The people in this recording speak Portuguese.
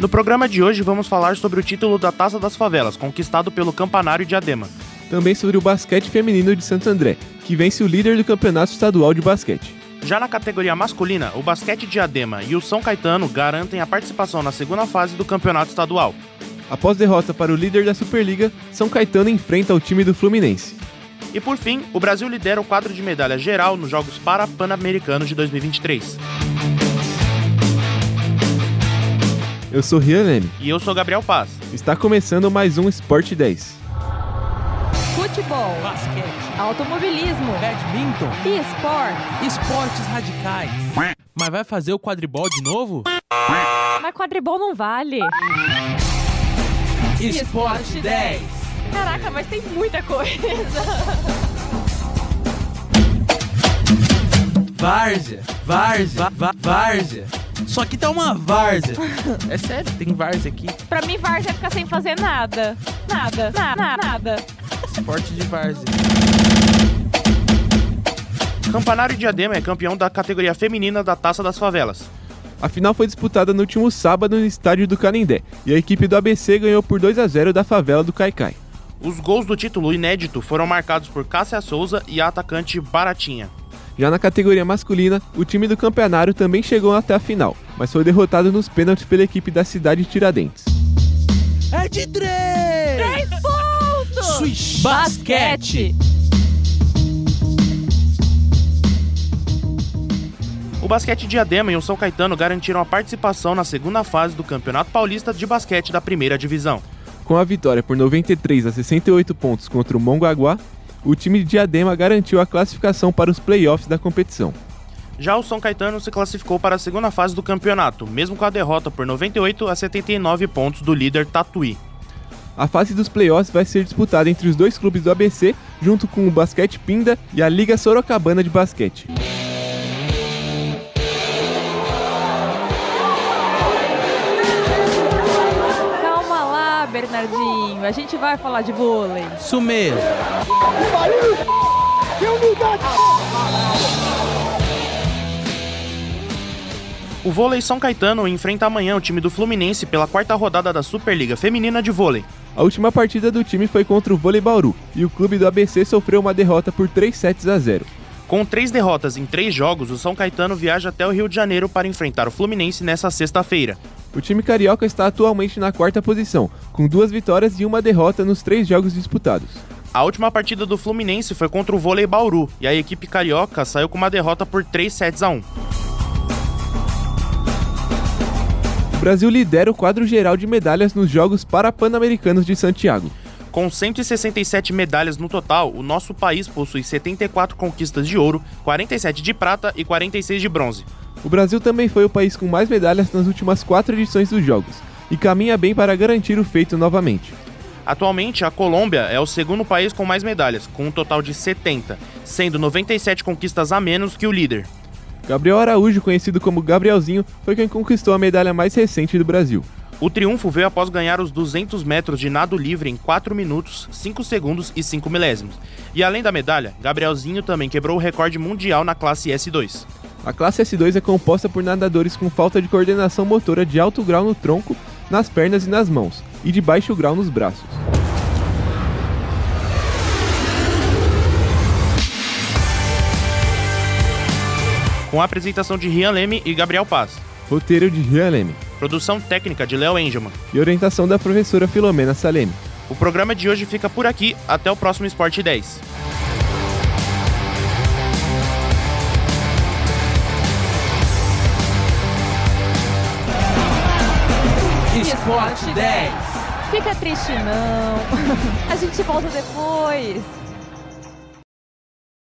No programa de hoje vamos falar sobre o título da Taça das Favelas, conquistado pelo Campanário de Adema. Também sobre o basquete feminino de Santo André, que vence o líder do campeonato estadual de basquete. Já na categoria masculina, o Basquete de Adema e o São Caetano garantem a participação na segunda fase do campeonato estadual. Após derrota para o líder da Superliga, São Caetano enfrenta o time do Fluminense. E por fim, o Brasil lidera o quadro de medalha geral nos Jogos Parapan-Americanos de 2023. Eu sou Rian Leme. E eu sou Gabriel Paz. Está começando mais um Sport 10. Futebol, basquete, automobilismo badminton, e esporte. esportes radicais. Mas vai fazer o quadribol de novo? Mas quadribol não vale. Esporte 10. Caraca, mas tem muita coisa. Várzea, várzea, va- várzea. Só que tá uma várzea. É sério, tem várzea aqui. Pra mim, Varsa é ficar sem fazer nada. Nada, nada, nada. Esporte de várzea. Campanário de Adema é campeão da categoria feminina da Taça das Favelas. A final foi disputada no último sábado no estádio do Canindé, e a equipe do ABC ganhou por 2 a 0 da favela do Caicai. Os gols do título inédito foram marcados por Cássia Souza e a atacante Baratinha. Já na categoria masculina, o time do campeonato também chegou até a final, mas foi derrotado nos pênaltis pela equipe da cidade Tiradentes. É de três! Três pontos! Swish! O basquete de Adema e o São Caetano garantiram a participação na segunda fase do Campeonato Paulista de Basquete da Primeira Divisão. Com a vitória por 93 a 68 pontos contra o Mongaguá, o time de Diadema garantiu a classificação para os playoffs da competição. Já o São Caetano se classificou para a segunda fase do campeonato, mesmo com a derrota por 98 a 79 pontos do líder Tatuí. A fase dos playoffs vai ser disputada entre os dois clubes do ABC, junto com o Basquete Pinda e a Liga Sorocabana de Basquete. Calma lá, Bernardinho. A gente vai falar de vôlei. Isso mesmo. O vôlei São Caetano enfrenta amanhã o time do Fluminense pela quarta rodada da Superliga Feminina de Vôlei. A última partida do time foi contra o Vôlei Bauru, e o clube do ABC sofreu uma derrota por 3 sets a 0. Com três derrotas em três jogos, o São Caetano viaja até o Rio de Janeiro para enfrentar o Fluminense nessa sexta-feira. O time carioca está atualmente na quarta posição, com duas vitórias e uma derrota nos três jogos disputados. A última partida do Fluminense foi contra o Vôlei Bauru e a equipe carioca saiu com uma derrota por 3 sets a 1. O Brasil lidera o quadro geral de medalhas nos Jogos Parapan-Americanos de Santiago. Com 167 medalhas no total, o nosso país possui 74 conquistas de ouro, 47 de prata e 46 de bronze. O Brasil também foi o país com mais medalhas nas últimas quatro edições dos Jogos e caminha bem para garantir o feito novamente. Atualmente, a Colômbia é o segundo país com mais medalhas, com um total de 70, sendo 97 conquistas a menos que o líder. Gabriel Araújo, conhecido como Gabrielzinho, foi quem conquistou a medalha mais recente do Brasil. O triunfo veio após ganhar os 200 metros de nado livre em 4 minutos, 5 segundos e 5 milésimos. E além da medalha, Gabrielzinho também quebrou o recorde mundial na classe S2. A classe S2 é composta por nadadores com falta de coordenação motora de alto grau no tronco, nas pernas e nas mãos, e de baixo grau nos braços. Com a apresentação de Rian Leme e Gabriel Paz. Roteiro de Rian Leme Produção técnica de Léo Engelman. e orientação da professora Filomena Saleme. O programa de hoje fica por aqui. Até o próximo Esporte 10. Esporte 10. Fica triste, não. A gente volta depois.